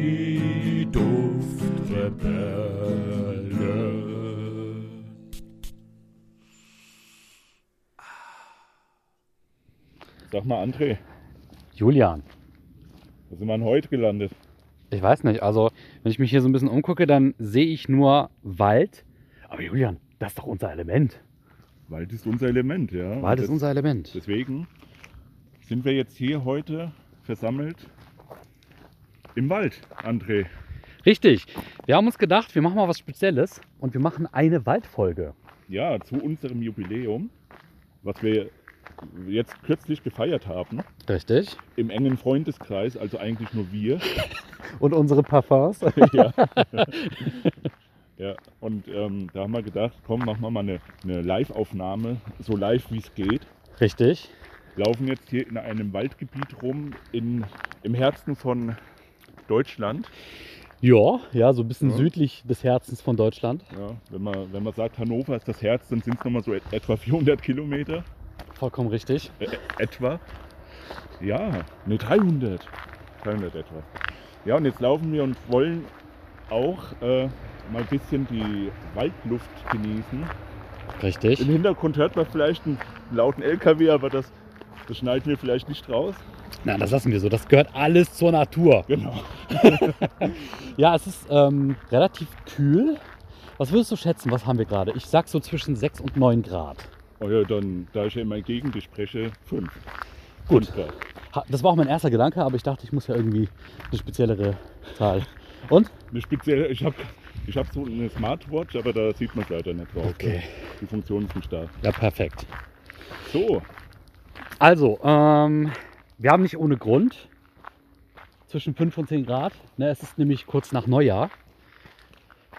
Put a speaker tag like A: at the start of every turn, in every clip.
A: Die Duftrebellen.
B: Sag mal, André,
C: Julian,
B: wo sind wir denn heute gelandet?
C: ich weiß nicht, also wenn ich mich hier so ein bisschen umgucke, dann sehe ich nur Wald. Aber Julian, das ist doch unser Element.
B: Wald ist unser Element, ja.
C: Wald ist
B: Und
C: unser Element.
B: Deswegen sind wir jetzt hier heute versammelt im Wald, André.
C: Richtig. Wir haben uns gedacht, wir machen mal was Spezielles und wir machen eine Waldfolge.
B: Ja, zu unserem Jubiläum, was wir jetzt kürzlich gefeiert haben,
C: Richtig.
B: im engen Freundeskreis, also eigentlich nur wir.
C: Und unsere Parfums.
B: ja. ja. Und ähm, da haben wir gedacht, komm, machen wir mal eine, eine Live-Aufnahme, so live wie es geht.
C: Richtig.
B: Laufen jetzt hier in einem Waldgebiet rum, in, im Herzen von Deutschland.
C: Ja, ja, so ein bisschen
B: Ja.
C: südlich des Herzens von Deutschland.
B: Ja, wenn, man, wenn man sagt, Hannover ist das Herz, dann sind es nochmal so et etwa 400 Kilometer.
C: Vollkommen richtig.
B: Ä ä- etwa. Ja, ne 300. 300 etwa. Ja, und jetzt laufen wir und wollen auch äh, mal ein bisschen die Waldluft genießen. Im
C: Richtig.
B: Hintergrund hört man vielleicht einen lauten LKW, aber das, das schneiden wir vielleicht nicht raus.
C: Na, das lassen wir so. Das gehört alles zur Natur.
B: Genau.
C: Ja, es ist ähm, relativ kühl. Was würdest du schätzen, was haben wir gerade? Ich sag so zwischen 6 und 9 Grad.
B: Oh ja, dann, da ich ja immer gegen dich spreche, 5.
C: Gut.
B: Grad.
C: Ha, Das war auch mein erster Gedanke, aber ich dachte, ich muss ja irgendwie eine speziellere Zahl. Und?
B: Eine spezielle, ich habe ich hab so eine Smartwatch, aber da sieht man es leider nicht drauf.
C: Okay.
B: Die Funktion ist nicht da.
C: Ja, perfekt.
B: So,
C: Also, ähm, wir haben nicht ohne Grund zwischen 5 und 10 Grad. Ne, es ist nämlich kurz nach Neujahr,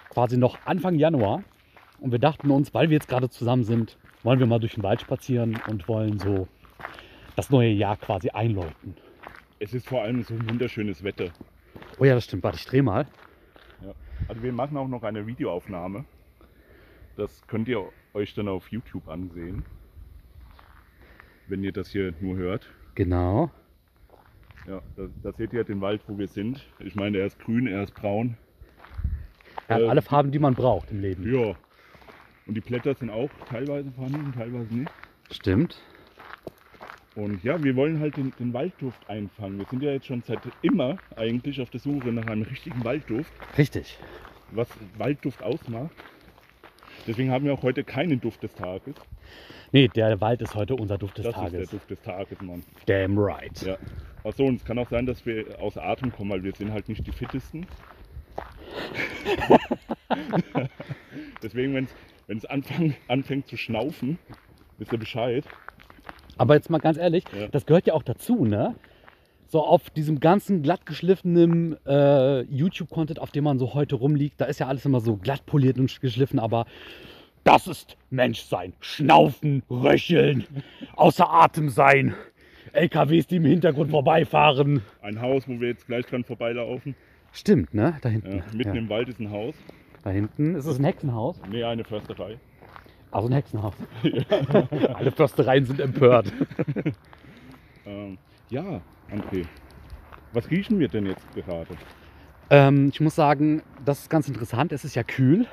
C: quasi noch Anfang Januar. Und wir dachten uns, weil wir jetzt gerade zusammen sind, wollen wir mal durch den Wald spazieren und wollen so das neue Jahr quasi einläuten.
B: es ist vor allem so ein wunderschönes Wetter.
C: Oh ja, das stimmt. Warte, ich drehe mal.
B: Also wir machen auch noch eine Videoaufnahme. Das könnt ihr euch dann auf YouTube ansehen. Wenn ihr das hier nur hört.
C: Genau.
B: Ja, da, da seht ihr halt den Wald, wo wir sind. Ich meine, er ist grün, er ist braun.
C: Er hat
B: Äh,
C: alle Farben, die man braucht im Leben.
B: Ja. Und die Blätter sind auch teilweise vorhanden, teilweise nicht.
C: Stimmt.
B: Und ja, wir wollen halt den, den Waldduft einfangen. Wir sind ja jetzt schon seit immer eigentlich auf der Suche nach einem richtigen Waldduft,
C: Richtig.
B: was Waldduft ausmacht. Deswegen haben wir auch heute keinen Duft des Tages.
C: Nee, der Wald ist heute unser Duft des
B: das
C: Tages.
B: ist der Duft des Tages, Mann.
C: Damn right.
B: Ja. Achso, Also, und es kann auch sein, dass wir aus Atem kommen, weil wir sind halt nicht die fittesten. Deswegen, wenn es anfängt, anfängt zu schnaufen, wisst ihr Bescheid.
C: Aber jetzt mal ganz ehrlich,
B: Ja.
C: das gehört ja auch dazu, ne? So auf diesem ganzen glatt geschliffenen äh, YouTube-Content, auf dem man so heute rumliegt, da ist ja alles immer so glatt poliert und geschliffen, aber das ist Menschsein. Schnaufen, röcheln, außer Atem sein, LKWs, die im Hintergrund vorbeifahren.
B: Ein Haus, wo wir jetzt gleich dran vorbeilaufen.
C: Stimmt, ne? Da
B: Ja,
C: hinten.
B: mitten
C: Ja.
B: im Wald ist ein Haus.
C: Da hinten ist es ein Hexenhaus.
B: Nee, eine Försterei.
C: Also ein Hexenhaus. Alle Förstereien sind empört.
B: Ähm, ja, André. Was riechen wir denn jetzt gerade?
C: Ähm, ich muss sagen, das ist ganz interessant. Es ist ja kühl.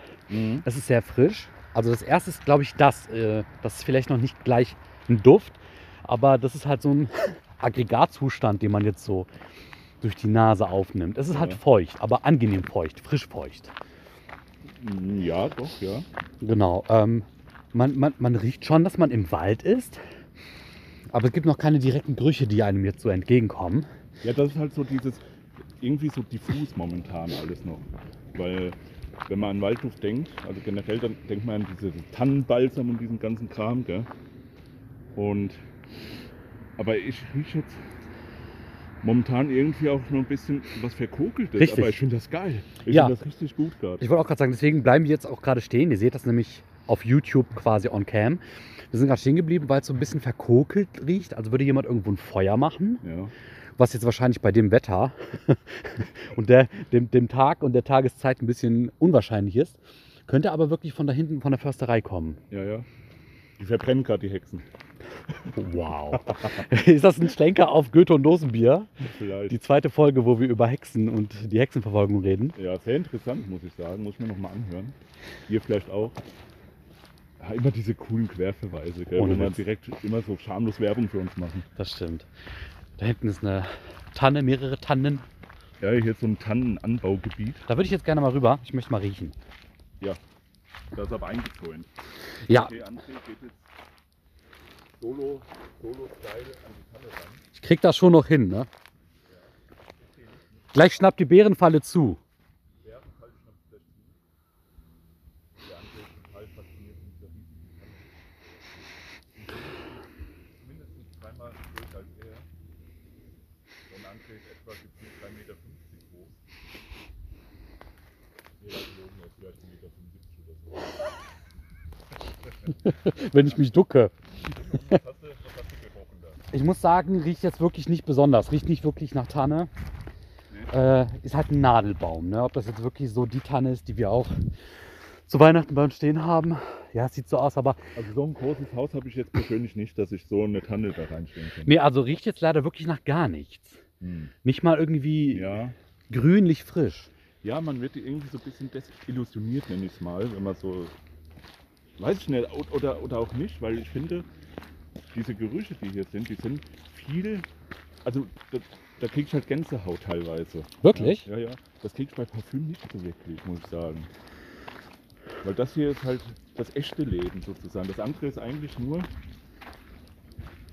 C: Es ist sehr frisch. Also das erste ist, glaube ich, das. Äh, das ist vielleicht noch nicht gleich ein Duft, aber das ist halt so ein Aggregatzustand, den man jetzt so durch die Nase aufnimmt. Es ist halt
B: Ja.
C: feucht, aber angenehm feucht, frisch feucht.
B: Mm, Ja, doch, ja.
C: Genau. Ähm, man, man, man riecht schon, dass man im Wald ist, aber es gibt noch keine direkten Gerüche, die einem jetzt so entgegenkommen.
B: Ja, das ist halt so dieses, irgendwie so diffus momentan alles noch. Weil, wenn man an Waldduft denkt, also generell, dann denkt man an diese Tannenbalsam und diesen ganzen Kram, gell? Und, aber ich rieche jetzt momentan irgendwie auch noch ein bisschen was Verkokeltes.
C: Richtig.
B: Aber ich finde das geil. Ich
C: Ja.
B: finde das richtig gut gerade.
C: Ich wollte auch gerade sagen, deswegen bleiben wir jetzt auch gerade stehen. Ihr seht das nämlich auf YouTube quasi on cam. Wir sind gerade stehen geblieben, weil es so ein bisschen verkokelt riecht, als würde jemand irgendwo ein Feuer machen.
B: Ja.
C: Was jetzt wahrscheinlich bei dem Wetter und der, dem, dem Tag und der Tageszeit ein bisschen unwahrscheinlich ist. Könnte aber wirklich von da hinten, von der Försterei kommen.
B: Ja, ja. Die verbrennen gerade die Hexen.
C: Wow. Ist das ein Schlenker auf Goethe und Dosenbier?
B: Vielleicht.
C: Die zweite Folge, wo wir über Hexen und die Hexenverfolgung reden.
B: Ja, sehr interessant, muss ich sagen. Muss ich mir nochmal anhören. Ihr vielleicht auch. Ja, immer diese coolen Querverweise, gell?
C: Ohne
B: Wenn man
C: Witz.
B: direkt immer so schamlos Werbung für uns machen.
C: Das stimmt. Da hinten ist eine Tanne, mehrere Tannen.
B: Ja, hier ist so ein Tannenanbaugebiet.
C: Da würde ich jetzt gerne mal rüber. Ich möchte mal riechen.
B: Ja. Das ist aber eingezäunt.
C: Ja,
B: Okay, André geht jetzt solo, solo steil an die Tanne ran.
C: ich krieg das schon noch hin, ne? Gleich schnappt die Bärenfalle zu.
B: Der Fall schnappt vielleicht zu. Der André ist total fasziniert von dieser riesigen Tanne. Die ist Mindestens dreimal so groß als er. So ein André ist etwa gefühlt 3,50 Meter groß. Nee, das ist logen, er ist vielleicht 1,75 Meter oder so.
C: Wenn ich mich ducke.
B: Was hast du, was hast du gerochen da?
C: Ich muss sagen, riecht jetzt wirklich nicht besonders. Riecht nicht wirklich nach Tanne. Äh, ist halt ein Nadelbaum. Ne? Ob das jetzt wirklich so die Tanne ist, die wir auch zu Weihnachten bei uns stehen haben. Ja, es sieht so aus, aber.
B: Also so ein großes Haus habe ich jetzt persönlich nicht, dass ich so eine Tanne da reinstellen kann.
C: Nee, also riecht jetzt leider wirklich nach gar nichts.
B: Hm.
C: Nicht mal irgendwie
B: Ja.
C: grünlich frisch.
B: ja, man wird irgendwie so ein bisschen desillusioniert, nenne ich es mal, wenn man so, weiß ich nicht, o- oder, oder auch nicht, weil ich finde, diese Gerüche, die hier sind, die sind viel, also da, da kriege ich halt Gänsehaut teilweise.
C: Wirklich?
B: Ja, ja, ja. Das kriege ich bei Parfüm nicht so wirklich, muss ich sagen. Weil das hier ist halt das echte Leben sozusagen. Das andere ist eigentlich nur,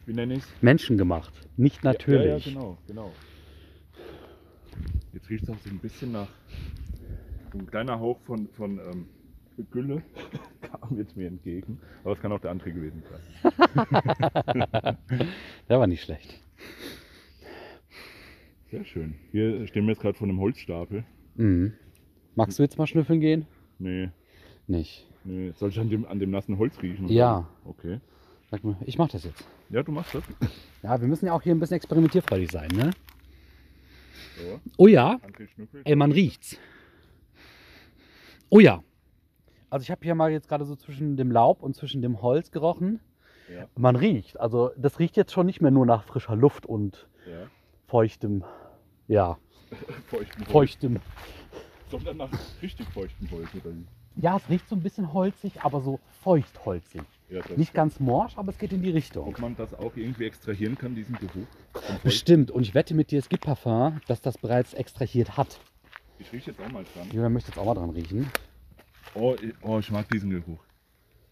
B: wie nenne ich es?
C: Menschengemacht, nicht natürlich.
B: Ja, ja, genau, genau. Jetzt riecht es auch so ein bisschen nach. So ein kleiner Hauch von, von ähm, Gülle kam jetzt mir entgegen. Aber es kann auch der andere gewesen sein.
C: Der war nicht schlecht.
B: Sehr schön. Hier stehen wir jetzt gerade vor einem Holzstapel.
C: Mhm. Magst du jetzt mal schnüffeln gehen?
B: Nee,
C: Nicht.
B: nee. Soll ich an dem, an dem nassen Holz riechen? oder?
C: Ja.
B: Okay.
C: Sag mal, ich mach das jetzt.
B: Ja, du machst das.
C: Ja, wir müssen ja auch hier ein bisschen experimentierfreudig sein, ne?
B: So,
C: Oh ja,
B: André schnüffelt.
C: ey, man riecht's. Oh ja. Also ich habe hier mal jetzt gerade so zwischen dem Laub und zwischen dem Holz gerochen.
B: Ja,
C: Man riecht. Also das riecht jetzt schon nicht mehr nur nach frischer Luft und
B: ja.
C: feuchtem, ja,
B: Feuchten Holz.
C: feuchtem
B: Sondern nach richtig feuchten Holz. Oder? wie?
C: Ja, es riecht so ein bisschen holzig, aber so feuchtholzig.
B: Ja, das.
C: Nicht ganz morsch, aber es geht in die Richtung.
B: Ob man das auch irgendwie extrahieren kann, diesen Geruch. vom Holz?
C: Bestimmt. Und ich wette mit dir, es gibt Parfum, das das bereits extrahiert hat.
B: Ich rieche jetzt auch mal dran.
C: Julian möchte jetzt auch mal dran riechen.
B: Oh, ich- oh, ich mag diesen Geruch.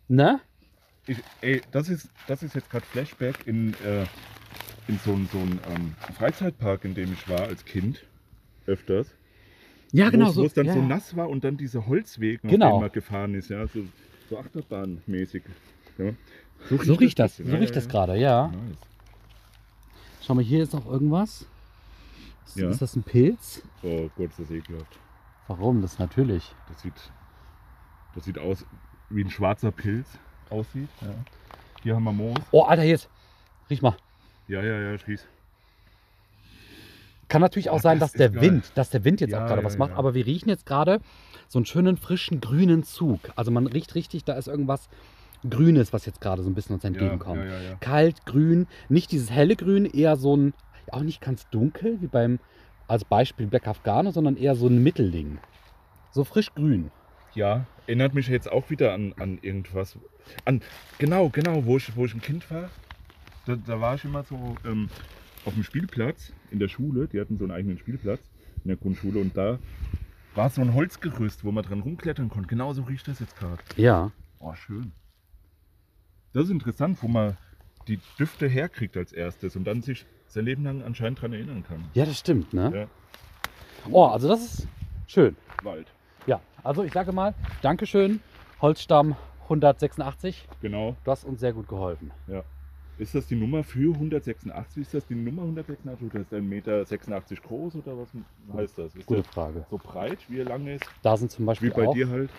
C: Ne?
B: Ich, ey, das ist, das ist jetzt gerade Flashback in, äh, in so einen so einen, ähm, Freizeitpark, in dem ich war als Kind. Öfters.
C: Ja,
B: Wo
C: genau.
B: es- Wo es dann
C: ja.
B: so nass war und dann diese Holzwege, auf
C: Genau.
B: denen man gefahren ist. Ja, so, so Achterbahnmäßig. Ja.
C: So riecht das. So
B: bisschen. Ja,
C: riecht
B: ja,
C: das
B: ja.
C: gerade, ja.
B: Nice.
C: Schau mal, hier ist noch irgendwas. Ist,
B: Ja.
C: ist das ein Pilz?
B: Oh Gott, ist das ekelhaft.
C: Warum? Das natürlich.
B: Das sieht, das sieht aus wie ein schwarzer Pilz aussieht. Ja. Hier haben wir Moos.
C: Oh, Alter, jetzt. Riech mal.
B: Ja, ja, ja, ich riech's.
C: Kann natürlich auch
B: Ah,
C: sein,
B: das
C: dass der
B: ist geil.
C: Wind, dass der Wind jetzt
B: Ja,
C: auch gerade
B: ja,
C: was macht,
B: ja.
C: aber wir riechen jetzt gerade so einen schönen frischen grünen Zug. Also man riecht richtig, da ist irgendwas Grünes, was jetzt gerade so ein bisschen uns entgegenkommt.
B: Ja, ja, ja, ja.
C: Kalt, grün, nicht dieses helle Grün, eher so ein, auch nicht ganz dunkel, wie beim, als Beispiel Black Afghano, sondern eher so ein Mittelding. So frisch grün.
B: Ja, erinnert mich jetzt auch wieder an, an irgendwas. An, genau, genau, wo ich, wo ich ein Kind war. Da, da war ich immer so ähm, auf dem Spielplatz in der Schule. Die hatten so einen eigenen Spielplatz in der Grundschule. Und da war so ein Holzgerüst, wo man dran rumklettern konnte. Genau so riecht das jetzt gerade.
C: Ja.
B: Oh, schön. Das ist interessant, wo man die Düfte herkriegt als erstes und dann sich sein Leben lang anscheinend dran erinnern kann.
C: Ja, das stimmt, ne?
B: Ja,
C: Oh, also das ist schön.
B: Wald.
C: Ja, also ich sage mal, Dankeschön, Holzstamm 186.
B: Genau.
C: Du hast uns sehr gut geholfen.
B: Ist das die Nummer für 186? Ist das die Nummer 186 oder ist der 1,86 Meter 86 groß oder was heißt das? Ist
C: Gute
B: der
C: Frage.
B: so breit, wie er lang ist?
C: Da sind zum
B: Wie
C: Beispiel
B: bei
C: auch,
B: dir halt.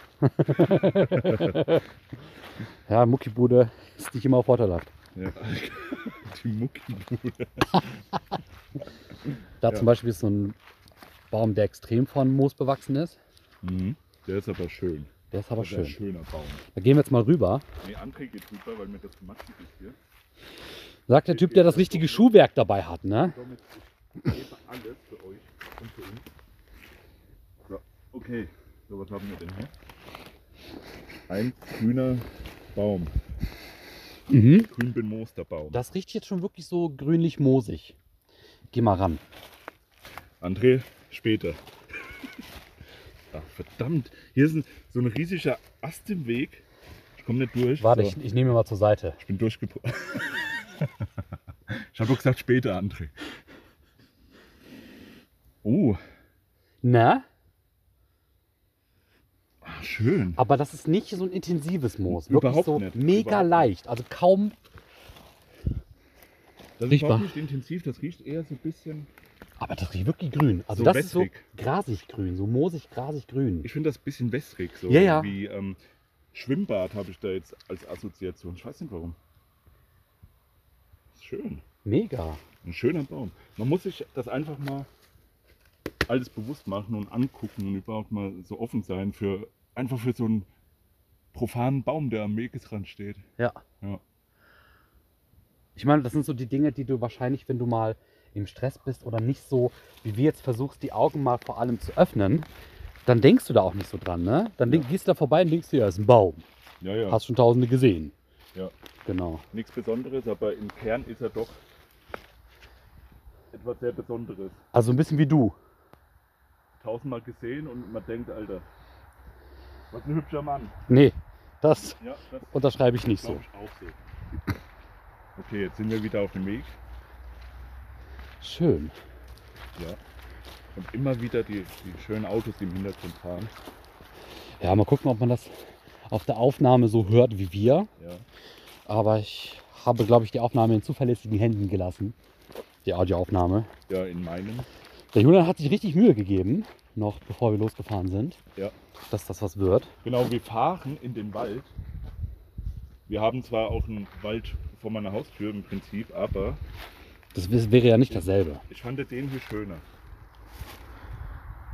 C: ja, Muckibude ist nicht immer vorteilhaft.
B: Ja. Die Muckibude.
C: Da
B: Ja.
C: zum Beispiel ist so ein Baum, der extrem von Moos bewachsen ist.
B: Mhm. Der ist aber schön.
C: Der ist aber
B: Das ist ein
C: schön.
B: schöner Baum.
C: Da gehen wir jetzt mal rüber.
B: Nee, André geht rüber, weil mir das zu matschig ist hier.
C: Sagt der Typ, der das richtige Schuhwerk dabei hat, ne?
B: Damit ich gebe alles für euch und für uns. So, okay. So, was haben wir denn hier? Ein grüner Baum.
C: Mhm.
B: Grünbemooster Baum.
C: Das riecht jetzt schon wirklich so grünlich-moosig. Geh mal ran.
B: André, später. Ach, verdammt. Hier ist ein, so ein riesiger Ast im Weg. Ich komme nicht durch.
C: Warte,
B: so.
C: ich, ich nehme ihn mal zur Seite.
B: Ich bin durchgebrochen. ich habe doch gesagt, später, André. Oh,
C: Na?
B: ah, schön.
C: Aber das ist nicht so ein intensives Moos. Wirklich
B: Überhaupt
C: so
B: nicht.
C: mega
B: Überhaupt nicht.
C: leicht. Also kaum.
B: Das ist
C: riechbar.
B: überhaupt nicht intensiv, das riecht eher so ein bisschen.
C: Aber das riecht wirklich grün. Also
B: So
C: das
B: wässrig.
C: ist so grasig grün, so moosig grasig grün.
B: Ich finde das ein bisschen wässrig. So
C: Ja, ja.
B: wie ähm, Schwimmbad habe ich da jetzt als Assoziation. Ich weiß nicht warum. Ist schön.
C: Mega.
B: Ein schöner Baum. Man muss sich das einfach mal alles bewusst machen und angucken und überhaupt mal so offen sein für einfach für so einen profanen Baum, der am Wegesrand steht.
C: Ja.
B: Ja.
C: Ich meine, das sind so die Dinge, die du wahrscheinlich, wenn du mal im Stress bist oder nicht so, wie wir jetzt versuchst, die Augen mal vor allem zu öffnen, dann denkst du da auch nicht so dran, ne? Dann denk, gehst du da vorbei und denkst dir, ja, ist ein Baum.
B: Ja, ja.
C: Hast schon tausende gesehen.
B: Ja.
C: Genau.
B: Nichts Besonderes, aber im Kern ist er doch etwas sehr Besonderes.
C: Also ein bisschen wie du.
B: Tausendmal gesehen und man denkt, Alter, was ein hübscher Mann.
C: Nee, das
B: Ja, das
C: unterschreibe ich nicht so.
B: glaube ich auch so. Okay, jetzt sind wir wieder auf dem Weg.
C: Schön.
B: Ja. Und immer wieder die, die schönen Autos, die im Hintergrund fahren.
C: Ja, mal gucken, ob man das auf der Aufnahme so hört wie wir.
B: Ja.
C: Aber ich habe, glaube ich, die Aufnahme in zuverlässigen Händen gelassen. Die Audioaufnahme.
B: Ja, in meinem.
C: Der Julian hat sich richtig Mühe gegeben, noch bevor wir losgefahren sind,
B: Ja.
C: dass das was wird.
B: Genau, wir fahren in den Wald. Wir haben zwar auch einen Wald vor meiner Haustür im Prinzip, aber
C: Das wär- wäre ja nicht dasselbe.
B: ich fand den hier schöner.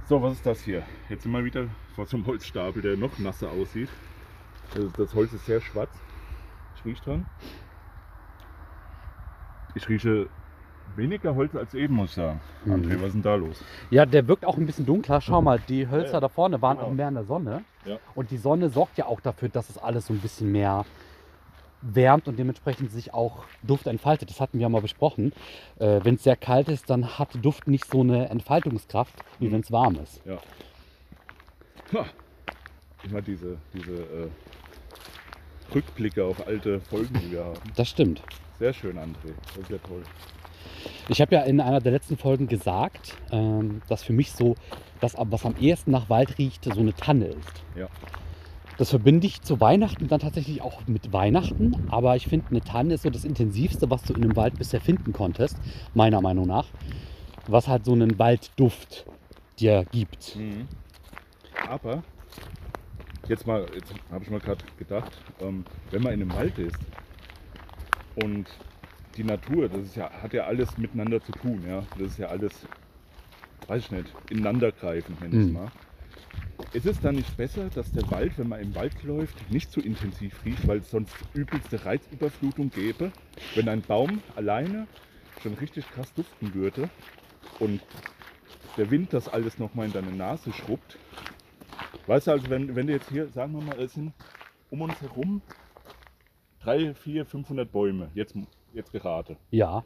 B: So, was ist das hier? Jetzt sind wir wieder vor so einem Holzstapel, der noch nasser aussieht. Also das Holz ist sehr schwarz. Ich rieche dran. Ich rieche weniger Holz als eben, muss ich sagen.
C: Mhm.
B: André, was ist denn da los?
C: Ja, der wirkt auch ein bisschen dunkler. Schau mal, die Hölzer
B: Mhm. Ja, ja.
C: da vorne waren
B: Genau.
C: auch mehr in der Sonne.
B: Ja.
C: Und die Sonne sorgt ja auch dafür, dass es alles so ein bisschen mehr wärmt und dementsprechend sich auch Duft entfaltet. Das hatten wir ja mal besprochen. Äh, wenn es sehr kalt ist, dann hat Duft nicht so eine Entfaltungskraft, wie
B: Mhm.
C: wenn es warm ist.
B: Ja. Ha. Immer diese, diese äh, Rückblicke auf alte Folgen, die wir haben.
C: Das stimmt.
B: Sehr schön, André. Das ist ja toll.
C: Ich habe ja in einer der letzten Folgen gesagt, ähm, dass für mich so, das, was am ehesten nach Wald riecht, so eine Tanne ist.
B: Ja.
C: Das verbinde ich zu Weihnachten dann tatsächlich auch mit Weihnachten, aber ich finde, eine Tanne ist so das Intensivste, was du in einem Wald bisher finden konntest, meiner Meinung nach, was halt so einen Waldduft dir gibt.
B: Aber jetzt mal, jetzt habe ich mal gerade gedacht, ähm, wenn man in einem Wald ist und die Natur, das ist ja, hat ja alles miteinander zu tun, ja. Das ist ja alles, weiß ich nicht, ineinandergreifen, nenn ich
C: Mhm.
B: mal. Ist es dann nicht besser, dass der Wald, wenn man im Wald läuft, nicht so intensiv riecht, weil es sonst übelste Reizüberflutung gäbe, wenn ein Baum alleine schon richtig krass duften würde und der Wind das alles nochmal in deine Nase schrubbt. Weißt du, also wenn, wenn du jetzt hier, sagen wir mal, es sind um uns herum 3, 4, 500 Bäume, jetzt, jetzt gerade.
C: Ja,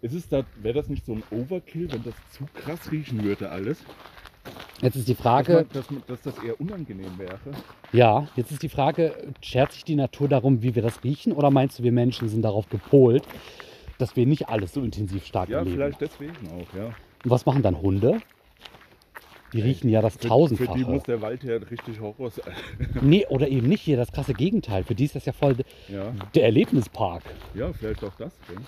B: Ist es da, wäre das nicht so ein Overkill, wenn das zu krass riechen würde alles?
C: jetzt ist die
B: Dass,
C: Frage,
B: man, dass, man, dass das eher unangenehm wäre?
C: ja, jetzt ist die Frage, schert sich die Natur darum, wie wir das riechen, oder meinst du, wir Menschen sind darauf gepolt, dass wir nicht alles so intensiv stark
B: Ja,
C: erleben?
B: vielleicht deswegen auch, ja.
C: Und was machen dann Hunde? Die riechen ja das
B: Äh, Für, für die
C: Tausendfache.
B: muss der Wald ja richtig Horror sein.
C: Nee, oder eben nicht hier, das krasse Gegenteil. Für die ist das ja voll
B: Ja,
C: der Erlebnispark.
B: ja vielleicht auch das. Denn.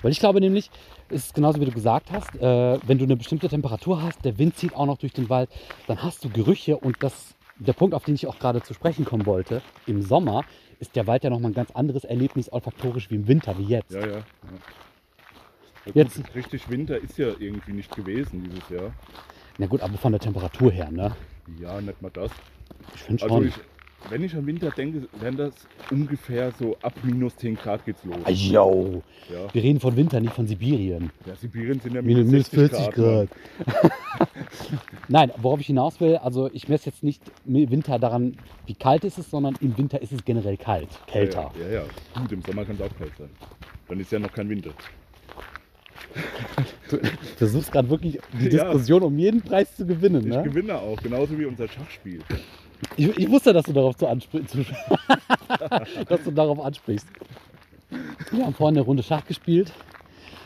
C: Weil ich glaube nämlich, es ist genauso wie du gesagt hast, äh, wenn du eine bestimmte Temperatur hast, der Wind zieht auch noch durch den Wald, dann hast du Gerüche und das, der Punkt, auf den ich auch gerade zu sprechen kommen wollte, im Sommer ist der Wald ja nochmal ein ganz anderes Erlebnis olfaktorisch wie im Winter, wie jetzt.
B: Ja, ja. ja. Ja,
C: Jetzt-
B: gut, richtig Winter ist ja irgendwie nicht gewesen dieses Jahr.
C: Na gut, aber von der Temperatur her, ne?
B: Ja, nicht mal das.
C: Ich finde
B: Also
C: schon.
B: ich, wenn ich an Winter denke, wären das ungefähr so ab minus 10 Grad geht's los.
C: Ah, yo.
B: Ja.
C: Wir reden von Winter, nicht von Sibirien.
B: ja, Sibirien sind ja
C: Minus, minus
B: 60
C: 40 Grad.
B: ne?
C: Nein, worauf ich hinaus will, also ich messe jetzt nicht im Winter daran, wie kalt ist es, sondern im Winter ist es generell kalt, kälter.
B: Ja, ja, ja. Gut, im Sommer kann es auch kalt sein. Dann ist ja noch kein Winter.
C: Du versuchst gerade wirklich die
B: Ja.
C: Diskussion um jeden Preis zu gewinnen.
B: Ich
C: Ne?
B: gewinne auch, genauso wie unser Schachspiel.
C: Ich, ich wusste, dass du darauf zu ansprichst. dass du darauf ansprichst. Wir haben vorhin eine Runde Schach gespielt.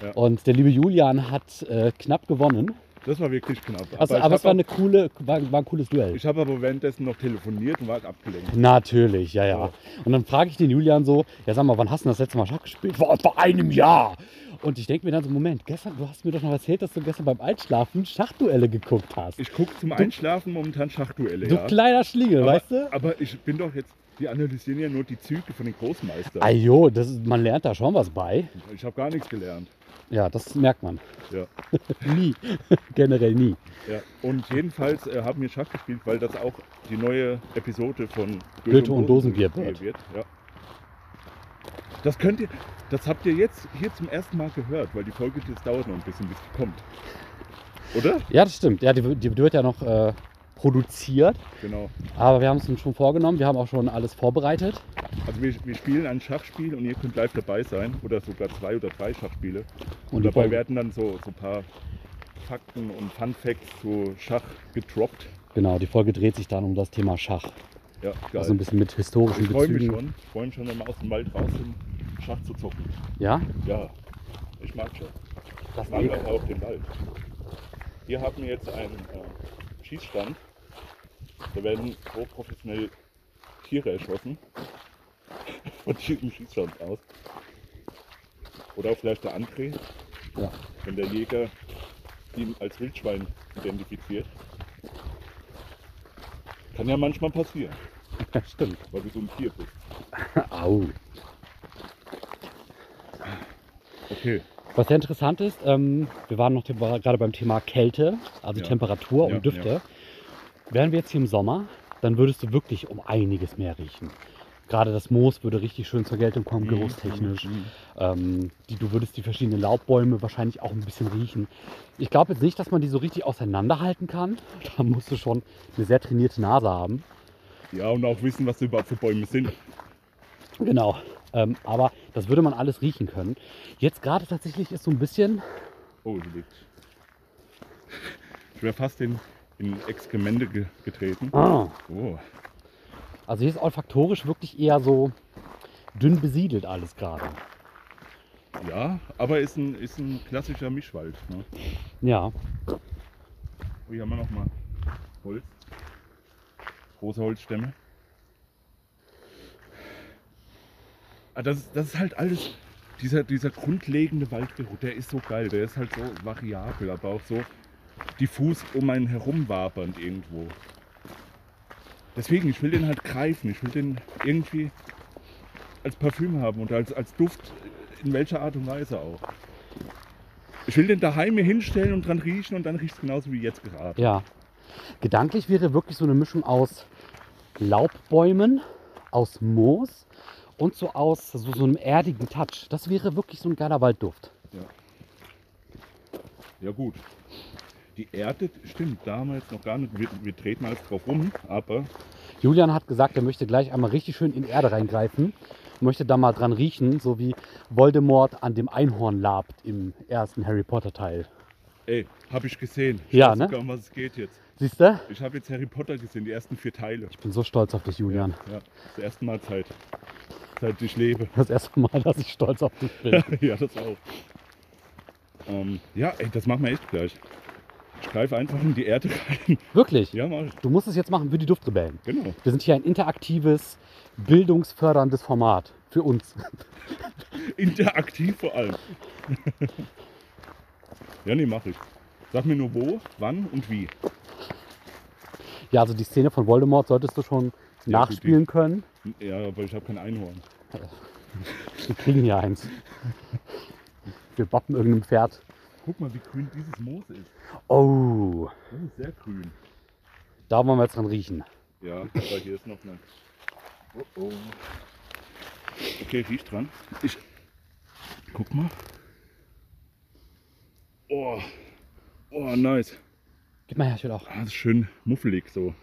B: Ja.
C: Und der liebe Julian hat äh, knapp gewonnen.
B: Das war wirklich knapp.
C: Also, aber,
B: ich
C: es war,
B: hab
C: eine coole, war, war ein cooles Duell.
B: Ich habe aber währenddessen noch telefoniert und war halt abgelenkt.
C: Natürlich, ja, ja.
B: Ja.
C: Und dann frage ich den Julian so, ja sag mal, wann hast du denn das letzte Mal Schach gespielt? Vor, vor einem Jahr. Und ich denke mir dann so, Moment, gestern, du hast mir doch noch erzählt, dass du gestern beim Einschlafen Schachduelle geguckt hast.
B: Ich gucke zum Einschlafen momentan Schachduelle.
C: Du
B: ja.
C: kleiner Schlingel,
B: aber,
C: weißt du?
B: Aber ich bin doch jetzt, die analysieren ja nur die Züge von den Großmeistern.
C: Ajo, das ist, man lernt da schon was bei.
B: Ich habe gar nichts gelernt.
C: Ja, das merkt man.
B: Ja.
C: nie. Generell nie.
B: Ja. Und jedenfalls äh, haben wir Schach gespielt, weil das auch die neue Episode von
C: Goethe und Dosenbier
B: wird.
C: wird.
B: Ja. Das könnt ihr, das habt ihr jetzt hier zum ersten Mal gehört, weil die Folge jetzt dauert noch ein bisschen, bis die kommt. Oder?
C: Ja, das stimmt. Ja, die, wird- die wird ja noch äh, produziert.
B: Genau.
C: Aber wir haben es uns schon vorgenommen. Wir haben auch schon alles vorbereitet.
B: Also wir, wir spielen ein Schachspiel und ihr könnt live dabei sein. Oder sogar zwei oder drei Schachspiele. Und
C: die
B: dabei
C: Folge-
B: werden dann so, so ein paar Fakten und Fun Facts zu Schach gedroppt.
C: Genau, die Folge dreht sich dann um das Thema Schach.
B: Ja, geil.
C: Also ein bisschen mit historischen
B: ich freue mich
C: Bezügen.
B: schon. Ich freue mich schon, wenn wir aus dem Wald raus sind, Schach zu zocken.
C: Ja?
B: Ja, ich mag Schach.
C: Das
B: Ich mag aber auch den Wald. Hier haben wir jetzt einen äh, Schießstand. Da werden hochprofessionell Tiere erschossen. Von diesem Schießstand aus. Oder vielleicht der André,
C: Ja.
B: wenn der Jäger ihn als Wildschwein identifiziert. Kann ja manchmal passieren,
C: Stimmt.
B: weil du so ein Tier bist.
C: Au.
B: Okay.
C: Was sehr interessant ist, ähm, wir waren noch war gerade beim Thema Kälte, also
B: Ja.
C: Temperatur
B: Ja,
C: und Düfte.
B: ja.
C: Wären wir jetzt hier im Sommer, dann würdest du wirklich um einiges mehr riechen. Gerade das Moos würde richtig schön zur Geltung
B: Mhm.
C: kommen, geruchstechnisch. Ähm, die, du würdest die verschiedenen Laubbäume wahrscheinlich auch ein bisschen riechen. Ich glaube jetzt nicht, dass man die so richtig auseinanderhalten kann. Da musst du schon eine sehr trainierte Nase haben.
B: Ja, und auch wissen, was da überhaupt für Bäume sind.
C: Genau. Ähm, aber das würde man alles riechen können. Jetzt gerade tatsächlich ist so ein bisschen
B: Oh, sie liegt. Ich wäre fast in, in Exkremente ge getreten.
C: ah,
B: Oh,
C: Also hier ist olfaktorisch wirklich eher so dünn besiedelt alles gerade.
B: ja, aber ist ein, ist ein klassischer Mischwald. Ne?
C: Ja,
B: Oh, hier haben wir nochmal Holz. Große Holzstämme. Ah, das, ist- das ist halt alles, dieser, dieser grundlegende Waldgeruch, der ist so geil. Der ist halt so variabel, aber auch so diffus um einen herum wabernd irgendwo. Deswegen, ich will den halt greifen. Ich will den irgendwie als Parfüm haben und als, als Duft, in welcher Art und Weise auch. Ich will den daheim mir hinstellen und dran riechen und dann riecht es genauso wie jetzt gerade.
C: ja. Gedanklich wäre wirklich so eine Mischung aus Laubbäumen, aus Moos und so aus so, so einem erdigen Touch. Das wäre wirklich so ein geiler Waldduft.
B: Ja gut. Die Erde, stimmt, damals noch gar nicht. Wir, wir treten alles drauf rum, aber
C: Julian hat gesagt, er möchte gleich einmal richtig schön in Erde reingreifen und möchte da mal dran riechen, so wie Voldemort an dem Einhorn labt im ersten Harry Potter Teil.
B: ey, habe ich gesehen. Ich
C: Ja,
B: weiß
C: ne?
B: sogar, um was es geht jetzt.
C: Siehst du?
B: Ich habe jetzt Harry Potter gesehen, die ersten vier Teile.
C: Ich bin so stolz auf dich, Julian.
B: Ja, das erste Mal Zeit. Seit ich lebe.
C: Das erste Mal, dass ich stolz auf dich bin.
B: ja, das auch. Ähm, ja, ey, das machen wir echt gleich. Ich greife einfach in die Erde rein.
C: Wirklich?
B: Ja, mach ich.
C: Du musst es jetzt machen für die Duftrebellen.
B: Genau.
C: Wir sind hier ein interaktives, bildungsförderndes Format für uns.
B: Interaktiv vor allem. ja, nee, mach ich. Sag mir nur wo, wann und wie.
C: Ja, also die Szene von Voldemort solltest du schon
B: Ja,
C: nachspielen können.
B: Ja, aber ich habe kein Einhorn.
C: Wir kriegen ja eins. Wir bappen irgendeinem Pferd.
B: Guck mal, wie grün dieses Moos ist.
C: Oh,
B: Das ist sehr grün.
C: da wollen wir jetzt dran riechen.
B: Ja, aber hier ist noch eine. Oh, oh. Okay, riech dran. Ich. Guck mal. Oh. Oh, nice.
C: Gib mal her, ich will auch.
B: Ah, das ist schön muffelig so.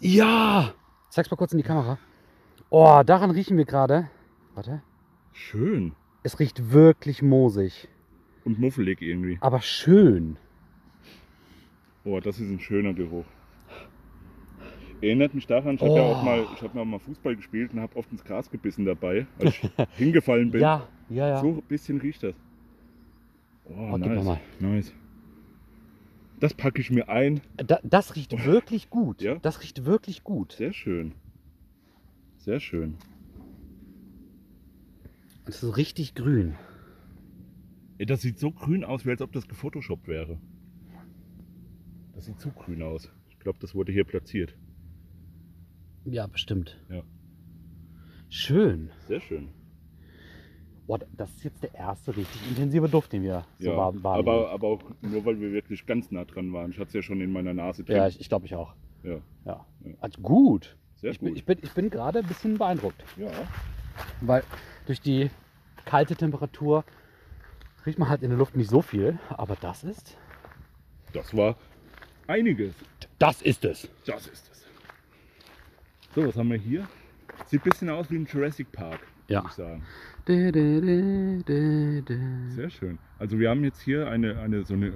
C: Ja! Zeig's mal kurz in die Kamera. Oh, daran riechen wir gerade. Warte.
B: Schön.
C: Es riecht wirklich moosig.
B: Und muffelig irgendwie.
C: Aber schön.
B: Oh, das ist ein schöner Geruch. Erinnert mich daran, ich habe ja
C: Oh.
B: auch mal, ich hab ja auch mal Fußball gespielt und habe oft ins Gras gebissen dabei, als ich hingefallen bin.
C: Ja, ja, ja.
B: So ein bisschen riecht das. Oh,
C: Oh, gib mir
B: nice.
C: mal.
B: nice. Das packe ich mir ein.
C: Da, das riecht wirklich gut.
B: Ja?
C: Das riecht wirklich gut.
B: Sehr schön. Sehr schön.
C: Es ist richtig grün.
B: Ey, das sieht so grün aus, wie als ob das gefotoshoppt wäre. Das sieht zu grün aus. Ich glaube, das wurde hier platziert.
C: Ja, bestimmt.
B: Ja.
C: Schön.
B: Sehr schön.
C: Boah, das ist jetzt der erste richtig intensive Duft, den wir so
B: ja,
C: wahr- wahrnehmen.
B: aber, aber auch nur, weil wir wirklich ganz nah dran waren. Ich hatte es ja schon in meiner Nase drin.
C: ja, ich, ich glaube, ich auch.
B: Ja,
C: Ja.
B: Ja.
C: Also gut.
B: sehr
C: ich, Bin,
B: gut.
C: ich, bin, ich bin gerade ein bisschen beeindruckt,
B: ja.
C: weil durch die kalte Temperatur riecht man halt in der Luft nicht so viel, aber das ist.
B: Das war einiges.
C: Das ist es.
B: Das ist es. So, was haben wir hier? Sieht ein bisschen aus wie ein Jurassic Park,
C: Ja.
B: muss ich sagen.
C: Dä, dä, dä, dä, dä.
B: Sehr schön. Also wir haben jetzt hier eine, eine so eine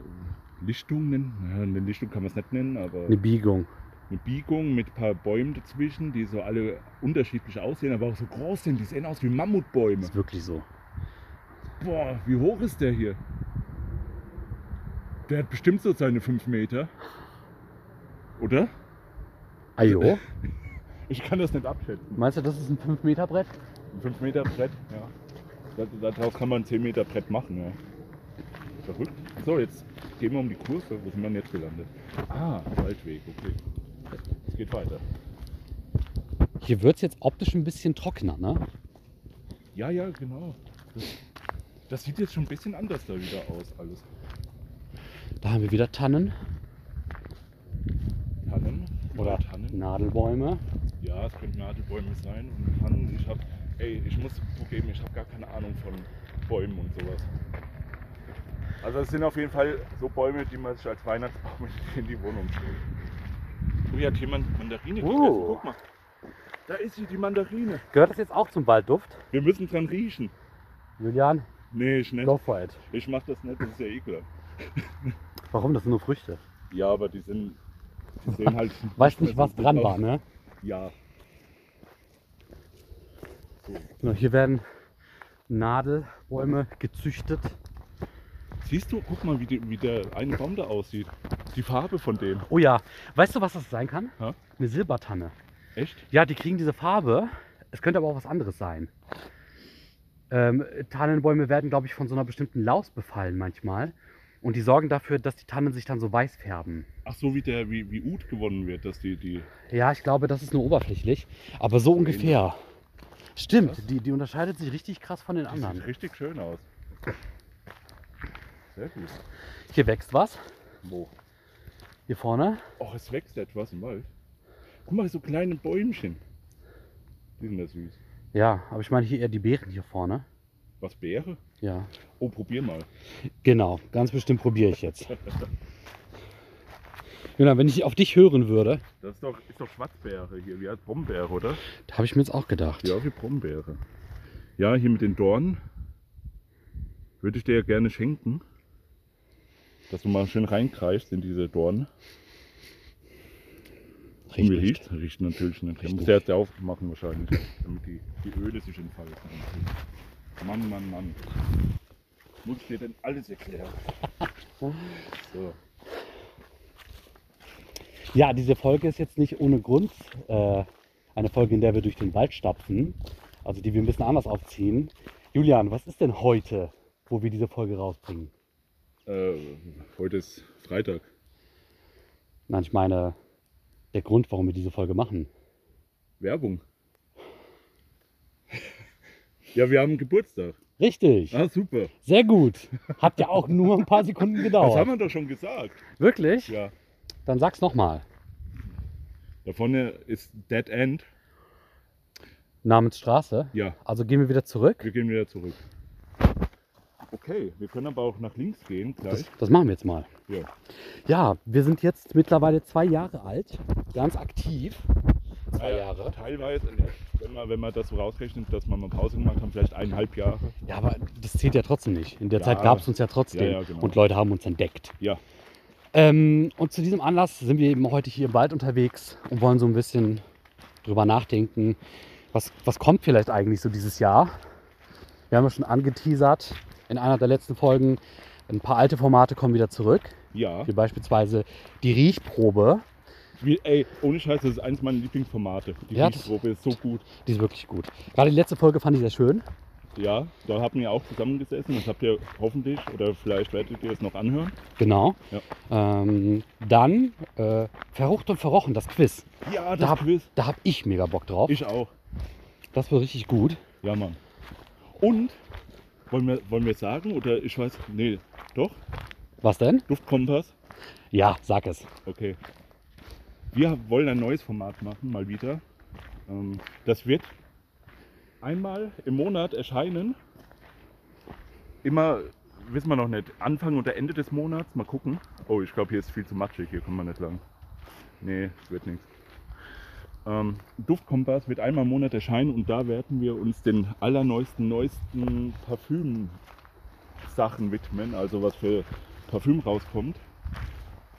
B: Lichtung, nennen- naja, eine Lichtung kann man es nicht nennen, aber
C: Eine Biegung.
B: eine Biegung mit ein paar Bäumen dazwischen, die so alle unterschiedlich aussehen, aber auch so groß sind. Die sehen aus wie Mammutbäume.
C: Ist wirklich so.
B: Boah, wie hoch ist der hier? Der hat bestimmt so seine 5 Meter. Oder?
C: Ajo,
B: Ich kann das nicht abschätzen.
C: meinst du, das ist ein 5-Meter-Brett?
B: Ein 5 Meter Brett, ja. Da- Daraus kann man ein 10 Meter Brett machen, ja. Verrückt. So, jetzt gehen wir um die Kurve. Wo sind wir denn jetzt gelandet? Ah, Waldweg, okay. Es geht weiter.
C: Hier wird es jetzt optisch ein bisschen trockener, ne?
B: Ja, ja, genau. Das, das sieht jetzt schon ein bisschen anders da wieder aus, alles.
C: Da haben wir wieder Tannen
B: Tannen
C: oder
B: Tannen.
C: Nadelbäume.
B: Ja, es könnten Nadelbäume sein und Tannen. Ich hab, ey, ich muss zugeben, ich habe gar keine Ahnung von Bäumen und sowas. Also es sind auf jeden Fall so Bäume, die man sich als Weihnachtsbaum in die Wohnung stellt. Oh, hier hat jemand Mandarine
C: Oh.
B: gegessen. Guck mal, da ist sie, die Mandarine.
C: Gehört das jetzt auch zum Waldduft?
B: Wir müssen dran riechen.
C: Julian,
B: Nee, ich nicht.
C: go for it.
B: Ich mach das nicht, das ist ja ekelhaft.
C: Warum? Das sind nur Früchte.
B: Ja, aber die sind, die sehen halt...
C: Weißt
B: mehr
C: nicht,
B: so
C: was
B: gut
C: dran
B: aus.
C: war, ne?
B: Ja. So.
C: Genau, hier werden Nadelbäume gezüchtet.
B: Siehst du, guck mal, wie, die, wie der eine Baum da aussieht. Die Farbe von dem.
C: Oh ja, weißt du, was das sein kann?
B: Ja?
C: Eine Silbertanne.
B: Echt?
C: Ja, die kriegen diese Farbe. Es könnte aber auch was anderes sein. Ähm, Tannenbäume werden, glaube ich, von so einer bestimmten Laus befallen manchmal. Und die sorgen dafür, dass die Tannen sich dann so weiß färben.
B: Ach so, wie der, wie, wie Ud gewonnen wird, dass die, die.
C: Ja, ich glaube, das ist nur oberflächlich. Aber so ungefähr. Stimmt, die, die unterscheidet sich richtig krass von den
B: Das sieht
C: anderen.
B: richtig schön aus. Sehr gut.
C: Hier wächst was.
B: Wo?
C: Hier vorne.
B: Och, es wächst etwas im Wald. Guck mal, so kleine Bäumchen. Die sind ja süß.
C: Ja, aber ich meine hier eher die Beeren hier vorne.
B: Was Beere?
C: Ja.
B: Oh, probier mal.
C: Genau, ganz bestimmt probiere ich jetzt. Genau, wenn ich auf dich hören würde,
B: Das ist doch, ist doch Schwarzbeere hier, wie heißt Brombeere, oder?
C: da habe ich mir jetzt auch gedacht.
B: Ja, wie Brombeere. Ja, hier mit den Dornen. Würde ich dir ja gerne schenken. Dass du mal schön reinkreischst in diese Dornen. Und wie riecht? Riecht natürlich nicht.
C: Riecht
B: Riecht muss
C: nicht.
B: der jetzt aufmachen wahrscheinlich, damit die, die Öle sich entfalten. Mann, Mann, Mann. Muss ich dir denn alles erklären? So.
C: Ja, diese Folge ist jetzt nicht ohne Grund äh, eine Folge, in der wir durch den Wald stapfen. Also die wir ein bisschen anders aufziehen. Julian, was ist denn heute, wo wir diese Folge rausbringen?
B: Äh, heute ist Freitag.
C: Nein, ich meine, der Grund, warum wir diese Folge machen.
B: Werbung. Ja, wir haben Geburtstag.
C: Richtig,
B: Ah, super.
C: sehr gut. Hat ja auch nur ein paar Sekunden
B: Das haben
C: gedauert.
B: wir doch schon gesagt.
C: Wirklich?
B: Ja.
C: Dann sag's nochmal.
B: Da vorne ist Dead End.
C: Namens Straße.
B: Ja,
C: Also gehen wir wieder zurück.
B: wir gehen wieder zurück. Okay, wir können aber auch nach links gehen
C: Das,
B: gleich.
C: das machen wir jetzt mal.
B: Ja.
C: Ja, wir sind jetzt mittlerweile zwei Jahre alt. Ganz aktiv. Zwei
B: Naja,
C: Jahre.
B: Teilweise, wenn man, wenn man das so rausrechnet, dass wir mal Pause gemacht haben, vielleicht eineinhalb Jahre.
C: Ja, aber das zählt ja trotzdem nicht. In der
B: Ja.
C: Zeit gab es uns ja trotzdem.
B: Ja, ja, genau.
C: Und Leute haben uns entdeckt.
B: Ja,
C: Ähm, und zu diesem Anlass sind wir eben heute hier im Wald unterwegs und wollen so ein bisschen drüber nachdenken, was, was kommt vielleicht eigentlich so dieses Jahr. Wir haben ja schon angeteasert in einer der letzten Folgen, ein paar alte Formate kommen wieder zurück,
B: ja.
C: wie beispielsweise die Riechprobe,
B: Wie, ey, ohne Scheiß, das ist eines meiner Lieblingsformate. Die
C: Ja,
B: ja,
C: das-
B: Riechprobe ist so gut.
C: die ist wirklich gut. Gerade die letzte Folge fand ich sehr schön.
B: Ja, da haben wir auch zusammengesessen. Das habt ihr hoffentlich oder vielleicht werdet ihr es noch anhören.
C: Genau.
B: Ja.
C: Ähm, dann äh, Verrucht und Verrochen, das Quiz.
B: Ja, das
C: Da-
B: Quiz.
C: Da habe ich mega Bock drauf.
B: Ich auch.
C: das wird richtig gut.
B: Ja, Mann. Und, wollen wir, wollen wir sagen, oder ich weiß, nee, doch,
C: Was denn?
B: Duftkompass.
C: Ja, sag es.
B: Okay. Wir wollen ein neues Format machen, mal wieder. Ähm, das wird einmal im Monat erscheinen. Immer, wissen wir noch nicht, Anfang oder Ende des Monats. Mal gucken. Oh, ich glaube, hier ist viel zu matschig, hier kommen wir nicht lang. Nee, wird nichts. Ähm, Duftkompass wird einmal im Monat erscheinen und da werden wir uns den allerneuesten, neuesten Parfüm-Sachen widmen. Also was für Parfüm rauskommt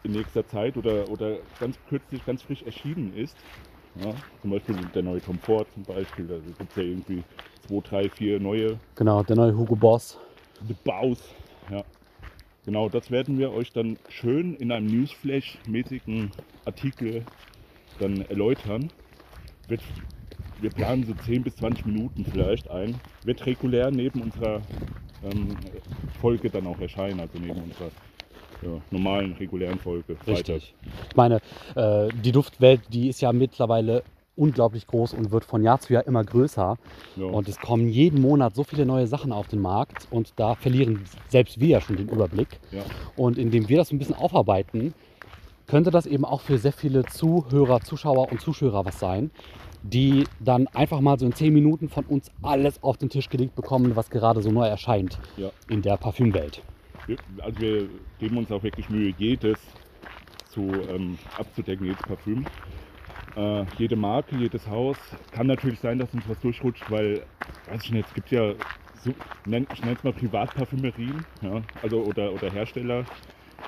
B: in nächster Zeit oder, oder ganz kürzlich, ganz frisch erschienen ist. Ja, zum Beispiel der neue Tom Ford zum Beispiel, da gibt es ja irgendwie zwei, drei, vier neue
C: Genau, der neue Hugo Boss.
B: The Baus. Ja. Genau, das werden wir euch dann schön in einem Newsflash-mäßigen Artikel dann erläutern. Wird, wir planen so 10 bis 20 Minuten vielleicht ein. Wird regulär neben unserer ähm, Folge dann auch erscheinen, also neben unserer ja, normalen, regulären Folge. Freitags.
C: Richtig. Ich meine, äh, die Duftwelt, die ist ja mittlerweile unglaublich groß und wird von Jahr zu Jahr immer größer.
B: Ja.
C: Und es kommen jeden Monat so viele neue Sachen auf den Markt und da verlieren selbst wir ja schon den Überblick.
B: ja.
C: Und indem wir das ein bisschen aufarbeiten, könnte das eben auch für sehr viele Zuhörer, Zuschauer und Zuschauer was sein, die dann einfach mal so in 10 Minuten von uns alles auf den Tisch gelegt bekommen, was gerade so neu erscheint
B: Ja.
C: in der Parfümwelt.
B: Wir, also wir geben uns auch wirklich Mühe, jedes zu ähm, abzudecken, jedes Parfüm. Äh, jede Marke, jedes Haus. Kann natürlich sein, dass uns was durchrutscht, weil, weiß ich nicht, es gibt ja, so, nenn, ich nenne es mal Privatparfümerien, ja, also oder, oder Hersteller,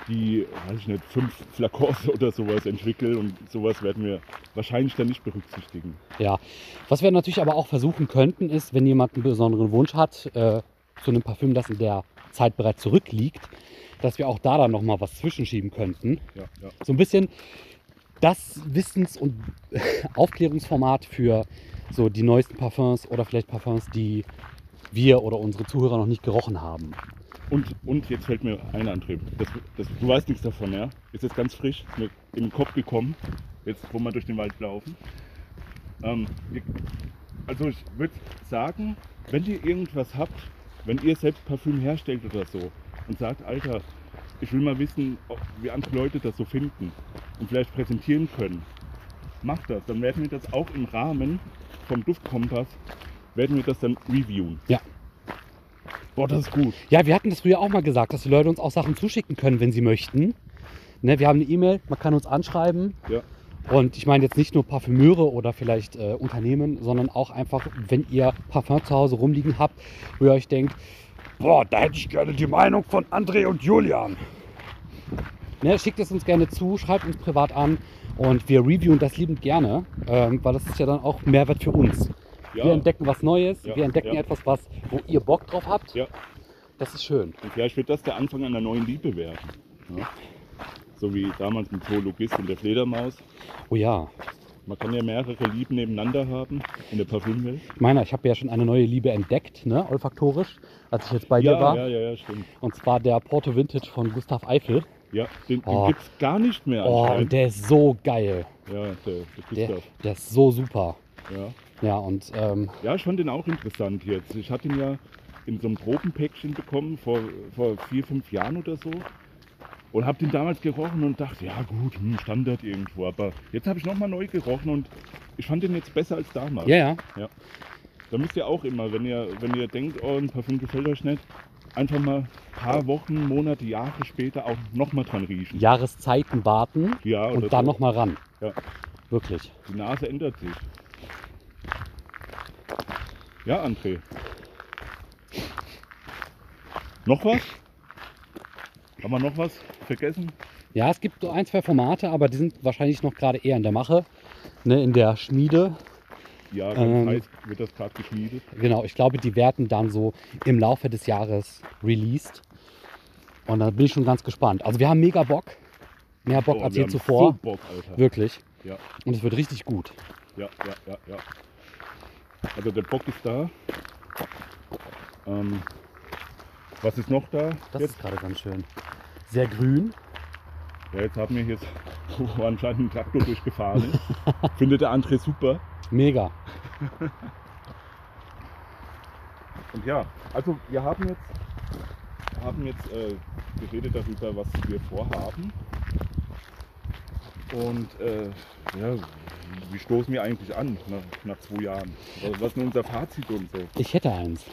B: die, weiß ich nicht, fünf Flakons oder sowas entwickeln und sowas werden wir wahrscheinlich dann nicht berücksichtigen.
C: Ja, was wir natürlich aber auch versuchen könnten, ist, wenn jemand einen besonderen Wunsch hat äh, zu einem Parfüm, das in der Zeit bereits zurückliegt, dass wir auch da dann nochmal was zwischenschieben könnten.
B: Ja, ja.
C: So ein bisschen das Wissens- und Aufklärungsformat für so die neuesten Parfums oder vielleicht Parfums, die wir oder unsere Zuhörer noch nicht gerochen haben.
B: Und, und jetzt fällt mir ein Antrieb. Das, das, du weißt nichts davon, ja? Ist jetzt ganz frisch, ist mir in den Kopf gekommen, jetzt wo wir durch den Wald laufen. Ähm, wir- also ich würde sagen, wenn ihr irgendwas habt, wenn ihr selbst Parfüm herstellt oder so und sagt, Alter, ich will mal wissen, ob- wie andere Leute das so finden und vielleicht präsentieren können, macht das. Dann werden wir das auch im Rahmen vom Duftkompass, werden wir das dann reviewen.
C: Ja.
B: Boah, das ist gut.
C: Ja, wir hatten das früher auch mal gesagt, dass die Leute uns auch Sachen zuschicken können, wenn sie möchten. Ne, wir haben eine E-Mail, man kann uns anschreiben.
B: Ja.
C: Und ich meine jetzt nicht nur Parfümeure oder vielleicht äh, Unternehmen, sondern auch einfach, wenn ihr Parfum zu Hause rumliegen habt, wo ihr euch denkt, boah, da hätte ich gerne die Meinung von André und Julian. Ne, schickt es uns gerne zu, schreibt uns privat an und wir reviewen das liebend gerne, ähm, weil das ist ja dann auch Mehrwert für uns.
B: Ja.
C: Wir entdecken was Neues,
B: Ja,
C: wir entdecken
B: ja.
C: etwas, was, wo ihr Bock drauf habt.
B: Ja.
C: Das ist schön.
B: Und vielleicht wird das der Anfang einer neuen Liebe werden. Ja? So wie damals mit Zoologist und der Fledermaus.
C: Oh ja,
B: Man kann ja mehrere Lieben nebeneinander haben in der Parfümwelt.
C: ich meine, ich habe ja schon eine neue Liebe entdeckt, ne, olfaktorisch, als ich jetzt bei dir
B: Ja,
C: war.
B: ja, ja, ja, stimmt.
C: Und zwar der Porto Vintage von Gustav Eiffel.
B: Ja, den,
C: Oh.
B: den gibt es gar nicht mehr
C: Oh, und
B: anscheinend.
C: der ist so geil.
B: ja, der, der
C: Der,
B: Gustav.
C: der ist so super.
B: Ja.
C: Ja, und ähm,
B: ja, ich fand den auch interessant jetzt. Ich hatte ihn ja in so einem Tropenpäckchen bekommen vor, vor vier, fünf Jahren oder so. Und habe den damals gerochen und dachte, ja gut, hm, Standard irgendwo. Aber jetzt habe ich nochmal neu gerochen und ich fand den jetzt besser als damals.
C: Ja, ja.
B: Da müsst ihr auch immer, wenn ihr, wenn ihr denkt, oh, ein Parfüm gefällt euch nicht, einfach mal ein paar Wochen, Monate, Jahre später auch nochmal dran riechen.
C: Jahreszeiten warten
B: Ja, oder
C: und dann
B: so.
C: nochmal ran.
B: Ja.
C: Wirklich.
B: Die Nase ändert sich. Ja, André. Noch was? Haben wir noch was vergessen?
C: Ja, es gibt so ein, zwei Formate, aber die sind wahrscheinlich noch gerade eher in der Mache. Ne, in der Schmiede.
B: Ja, ganz
C: Ähm.
B: heiß wird das gerade geschmiedet.
C: Genau, ich glaube, die werden dann so im Laufe des Jahres released. Und da bin ich schon ganz gespannt. Also wir haben mega Bock. Mehr Bock
B: Boah,
C: als
B: Oh, wir
C: je
B: haben So
C: zuvor.
B: Bock, Alter.
C: Wirklich.
B: Ja.
C: Und es wird richtig gut.
B: Ja, ja, ja, ja. Also der Bock ist da. Ähm, was ist noch da?
C: Das
B: jetzt?
C: ist gerade ganz schön. Sehr grün.
B: Ja, jetzt haben wir jetzt wo anscheinend einen Traktor durchgefahren. Ist. Findet der André super.
C: Mega.
B: Und ja, also wir haben jetzt, wir haben jetzt äh, geredet darüber, was wir vorhaben. Und äh, ja, wie stoßen wir eigentlich an nach, nach zwei Jahren? Was was ist denn unser Fazit und so?
C: Ich hätte eins.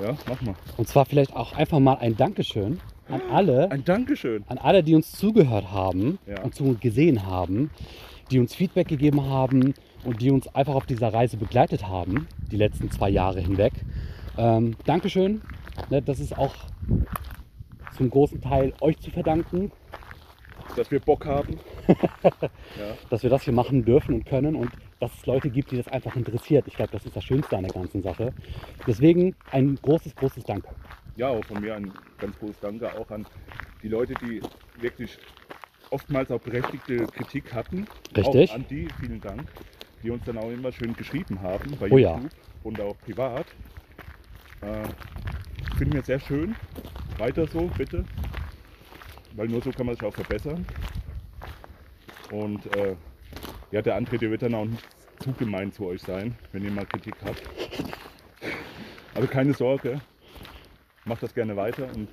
B: Ja, mach mal.
C: Und zwar vielleicht auch einfach mal ein Dankeschön an alle,
B: Ein Dankeschön.
C: an alle, die uns zugehört haben
B: Ja.
C: und zu gesehen haben, die uns Feedback gegeben haben und die uns einfach auf dieser Reise begleitet haben, die letzten zwei Jahre hinweg. Ähm, Dankeschön. Ne, das ist auch zum großen Teil euch zu verdanken,
B: Dass wir Bock haben. ja.
C: dass wir das hier machen dürfen und können und dass es Leute gibt, die das einfach interessiert. Ich glaube, das ist das Schönste an der ganzen Sache. Deswegen ein großes, großes Danke.
B: ja, auch von mir ein ganz großes Danke auch an die Leute, die wirklich oftmals auch berechtigte Kritik hatten.
C: Richtig.
B: Auch an die, vielen Dank, die uns dann auch immer schön geschrieben haben bei
C: Oh ja.
B: YouTube und auch privat. Äh, Finden wir sehr schön. Weiter so, bitte. Weil nur so kann man sich auch verbessern. Und äh, ja, der André, der wird dann auch nicht zu gemein zu euch sein, wenn ihr mal Kritik habt. Also keine Sorge, macht das gerne weiter und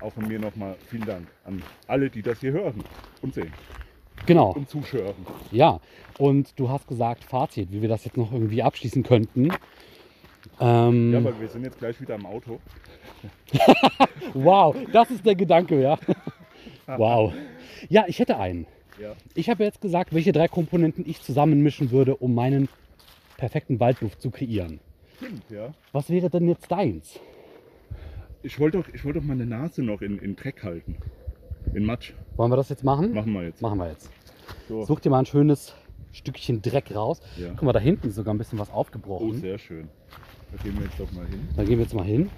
B: auch von mir nochmal vielen Dank an alle, die das hier hören und sehen
C: Genau.
B: und zuschören.
C: Ja, und du hast gesagt, Fazit, wie wir das jetzt noch irgendwie abschließen könnten. Ähm,
B: Ja, weil wir sind jetzt gleich wieder im Auto.
C: wow, das ist der Gedanke, ja. wow. Ja, ich hätte einen.
B: Ja,
C: Ich habe jetzt gesagt, welche drei Komponenten ich zusammenmischen würde, um meinen perfekten Waldduft zu kreieren.
B: stimmt, ja.
C: Was wäre denn jetzt deins?
B: Ich wollte doch, ich wollte doch meine Nase noch in, in Dreck halten. In Matsch.
C: Wollen wir das jetzt machen?
B: Machen wir jetzt.
C: Machen wir jetzt.
B: So.
C: Such dir mal ein schönes Stückchen Dreck raus.
B: Ja.
C: Guck mal, da hinten ist sogar ein bisschen was
B: Oh,
C: aufgebrochen.
B: sehr schön. Da gehen wir jetzt doch mal hin
C: da gehen wir jetzt mal hin.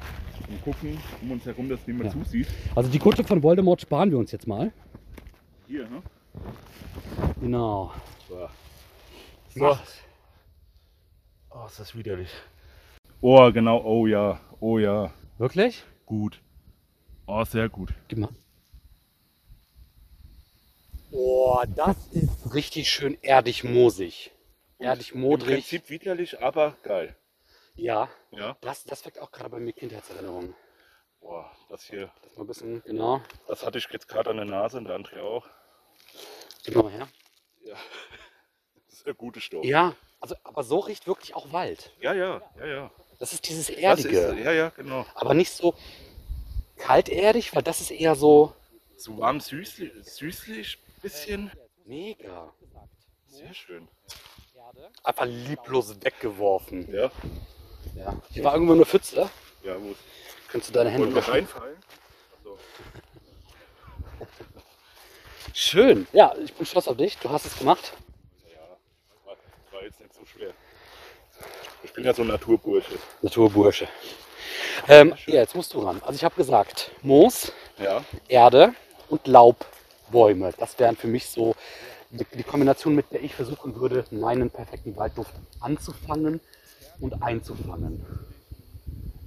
B: und gucken um uns herum, dass niemand
C: Ja.
B: zusieht.
C: Also die Kutsche von Voldemort sparen wir uns jetzt mal.
B: Hier, ne?
C: Genau.
B: So.
C: So.
B: Oh, ist das widerlich. Oh, genau. Oh ja. Oh ja.
C: Wirklich?
B: Gut. Oh, sehr gut.
C: Gib mal. Oh, das ist richtig schön erdig-moosig.
B: Im
C: Erdig-modrig.
B: Prinzip widerlich, aber geil.
C: Ja,
B: Ja.
C: das, das weckt auch gerade bei mir Kindheitserinnerungen.
B: Boah, das hier,
C: Das mal ein bisschen, genau.
B: das hatte ich jetzt gerade an der Nase und der André auch.
C: Gib mal her.
B: Das ist der gute Stoff.
C: Ja, also, aber so riecht wirklich auch Wald.
B: Ja, ja, ja, ja.
C: Das ist dieses
B: Das
C: Erdige.
B: ist, ja, ja, genau.
C: Aber nicht so kalterdig, weil das ist eher so
B: So warm süßlich, süßlich bisschen.
C: mega.
B: Sehr schön.
C: Einfach lieblos weggeworfen.
B: Ja,
C: Ja. Hier war irgendwo eine Pfütze.
B: ja, wo es-
C: Könntest du deine Hände
B: wollen wir
C: waschen?
B: reinfallen?
C: Schön. Ja, ich bin stolz auf dich. Du hast es gemacht.
B: Ja, war, war jetzt nicht so schwer. Ich bin ja so ein Naturbursche.
C: Naturbursche. Ähm, ja, jetzt musst du ran. Also ich habe gesagt, Moos,
B: Ja,
C: Erde und Laubbäume. Das wären für mich so die, die Kombination, mit der ich versuchen würde, meinen perfekten Waldduft anzufangen und einzufangen.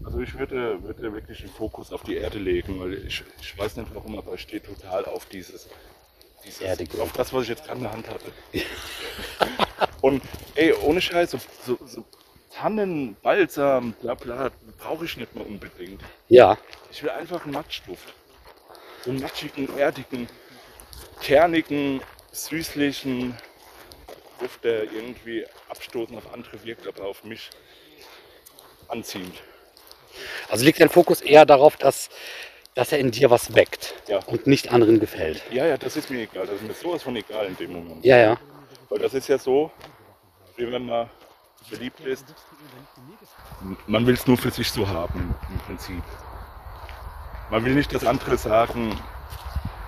B: also ich würde, würde wirklich den Fokus auf die Erde legen, weil ich, ich weiß nicht warum, aber ich stehe total auf dieses, dieses
C: Erdige.
B: auf das, was ich jetzt gerade in der Hand hatte. Und ey, ohne Scheiß, so, so, so Tannen, Balsam, bla bla, brauche ich nicht mehr unbedingt.
C: Ja,
B: Ich will einfach einen Matschduft. So einen matschigen, erdigen. kernigen, süßlichen Duft, der irgendwie abstoßend auf andere wirkt, aber auf mich anziehend.
C: Also liegt dein Fokus eher darauf, dass, dass er in dir was weckt
B: Ja.
C: und nicht anderen gefällt.
B: Ja, ja, das ist mir egal. Das ist mir sowas von egal in dem Moment.
C: Ja, ja.
B: Weil das ist ja so, wie wenn man verliebt ist. Man will es nur für sich so haben, im Prinzip. Man will nicht, dass andere sagen,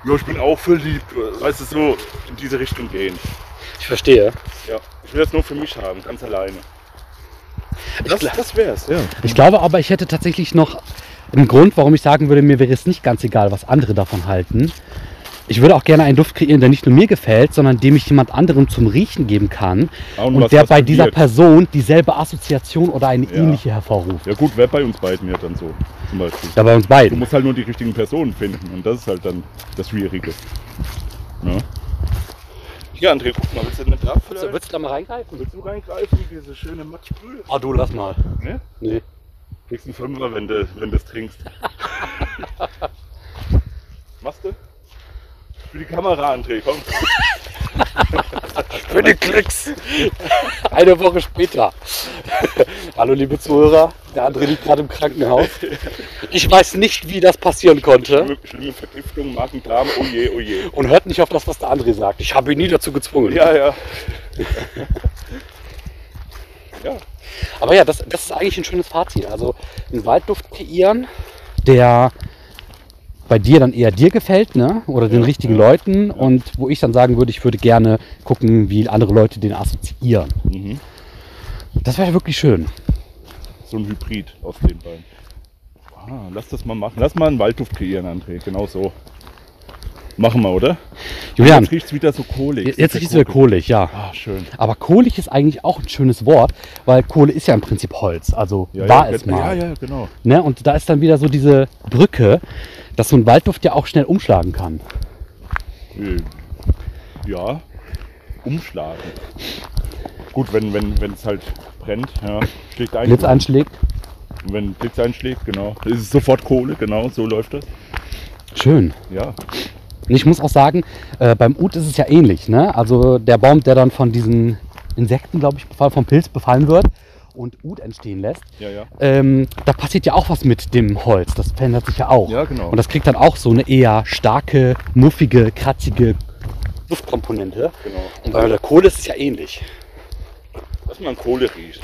B: jo, ich bin auch verliebt. oder, Weißt du, so in diese Richtung gehen.
C: Ich verstehe.
B: Ja. Ich will das nur für mich haben, ganz alleine.
C: Ich
B: Das,
C: gla-
B: das wär's, ja.
C: Ich glaube aber, ich hätte tatsächlich noch einen Grund, warum ich sagen würde, mir wäre es nicht ganz egal, was andere davon halten. Ich würde auch gerne einen Duft kreieren, der nicht nur mir gefällt, sondern dem ich jemand anderem zum Riechen geben kann
B: Ah,
C: und,
B: was-
C: der
B: was
C: bei
B: bewirkt.
C: dieser Person dieselbe Assoziation oder eine
B: Ja.
C: ähnliche hervorruft.
B: Ja gut, wer bei uns beiden ja dann so, zum Beispiel.
C: Ja, bei uns
B: Du
C: beiden.
B: musst halt nur die richtigen Personen finden und das ist halt dann das Schwierige. Ne? Ja, Hier, André, guck mal, willst du nicht ab? vielleicht?
C: du da mal reingreifen?
B: Willst du reingreifen, diese schöne Matschbrühe?
C: Ah, du lass mal.
B: Ne?
C: Nee.
B: Kriegst einen Fünfer, wenn du wenn das trinkst. Machst du? Für die Kamera, André, komm.
C: Für den Klicks. Eine Woche später. Hallo liebe Zuhörer, der andere liegt gerade im Krankenhaus. Ich weiß nicht, wie das passieren konnte
B: Schlimme, schlimme Vergiftung, Magen-Darm, oh je, oh je.
C: und hört nicht auf das, was der andere sagt. Ich habe ihn nie dazu gezwungen.
B: Ja, ja. ja,
C: Aber ja, das, das ist eigentlich ein schönes Fazit. Also einen Waldduft kreieren, der bei dir dann eher dir gefällt, ne? Oder den
B: Ja,
C: richtigen
B: ja.
C: Leuten und wo ich dann sagen würde, ich würde gerne gucken, wie andere Leute den assoziieren.
B: mhm.
C: Das wäre wirklich schön.
B: so ein Hybrid aus den beiden. Ah, lass das mal machen. Lass mal einen Waldduft kreieren, André. Genau so. Machen wir, oder?
C: Julian,
B: Jetzt riecht es wieder so kohlig.
C: jetzt riecht es wieder kohlig, ja.
B: Ah, schön.
C: Aber kohlig ist eigentlich auch ein schönes Wort, weil Kohle ist ja im Prinzip Holz, also
B: Ja,
C: war
B: ja,
C: es mal.
B: Ja, ja, genau.
C: Ne? Und da ist dann wieder so diese Brücke, dass so ein Waldduft ja auch schnell umschlagen kann.
B: Äh, Ja, umschlagen. Gut, wenn wenn wenn, es halt brennt, ja, schlägt ein.
C: Blitz einschlägt.
B: Wenn Blitz einschlägt, genau. Ist es sofort Kohle, genau, so läuft das.
C: Schön.
B: Ja,
C: Und ich muss auch sagen, äh, beim Ut ist es ja ähnlich. Ne? Also der Baum, der dann von diesen Insekten, glaube ich, befall- vom Pilz befallen wird und Ut entstehen lässt,
B: ja, ja.
C: ähm, da passiert ja auch was mit dem Holz. Das verändert sich ja auch.
B: Ja, genau.
C: Und das kriegt dann auch so eine eher starke, muffige, kratzige Duftkomponente.
B: Genau.
C: Und bei der Kohle ist es ja ähnlich.
B: Lass mal an Kohle riechen.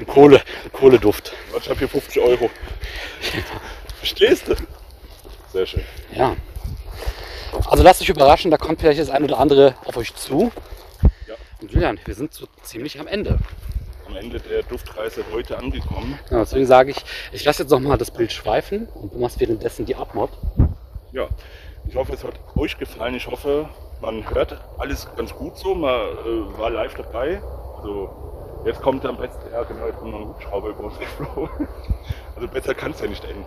C: Ein Kohle, Kohleduft.
B: Ich habe hier 50 Euro. Verstehst du? Sehr schön.
C: Ja. Also lasst euch überraschen, da kommt vielleicht das ein oder andere auf euch zu.
B: Ja.
C: Und Julian, wir sind so ziemlich am Ende.
B: am Ende der Duftreise heute angekommen.
C: Ja, deswegen sage ich, ich lasse jetzt nochmal das Bild schweifen und du machst währenddessen die Abmod.
B: Ja, ich hoffe, es hat euch gefallen. Ich hoffe, man hört alles ganz gut so. Man äh, war live dabei. Also jetzt kommt am besten, ja genau, jetzt kommt noch ein Hubschrauber über uns geflogen. Also besser kann es ja nicht enden.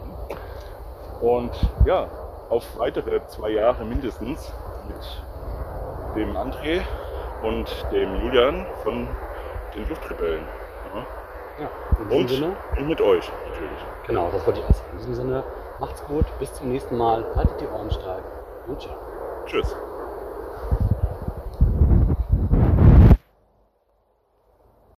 B: Und ja, auf weitere zwei Jahre mindestens mit dem André und dem Julian von den Luftrebellen. Ja.
C: Ja, in diesem
B: Und,
C: Sinne.
B: und mit euch natürlich.
C: Genau, das wollte ich auch sagen. In diesem Sinne, macht's gut, bis zum nächsten Mal, haltet die Ohren steif und ciao.
B: Tschüss.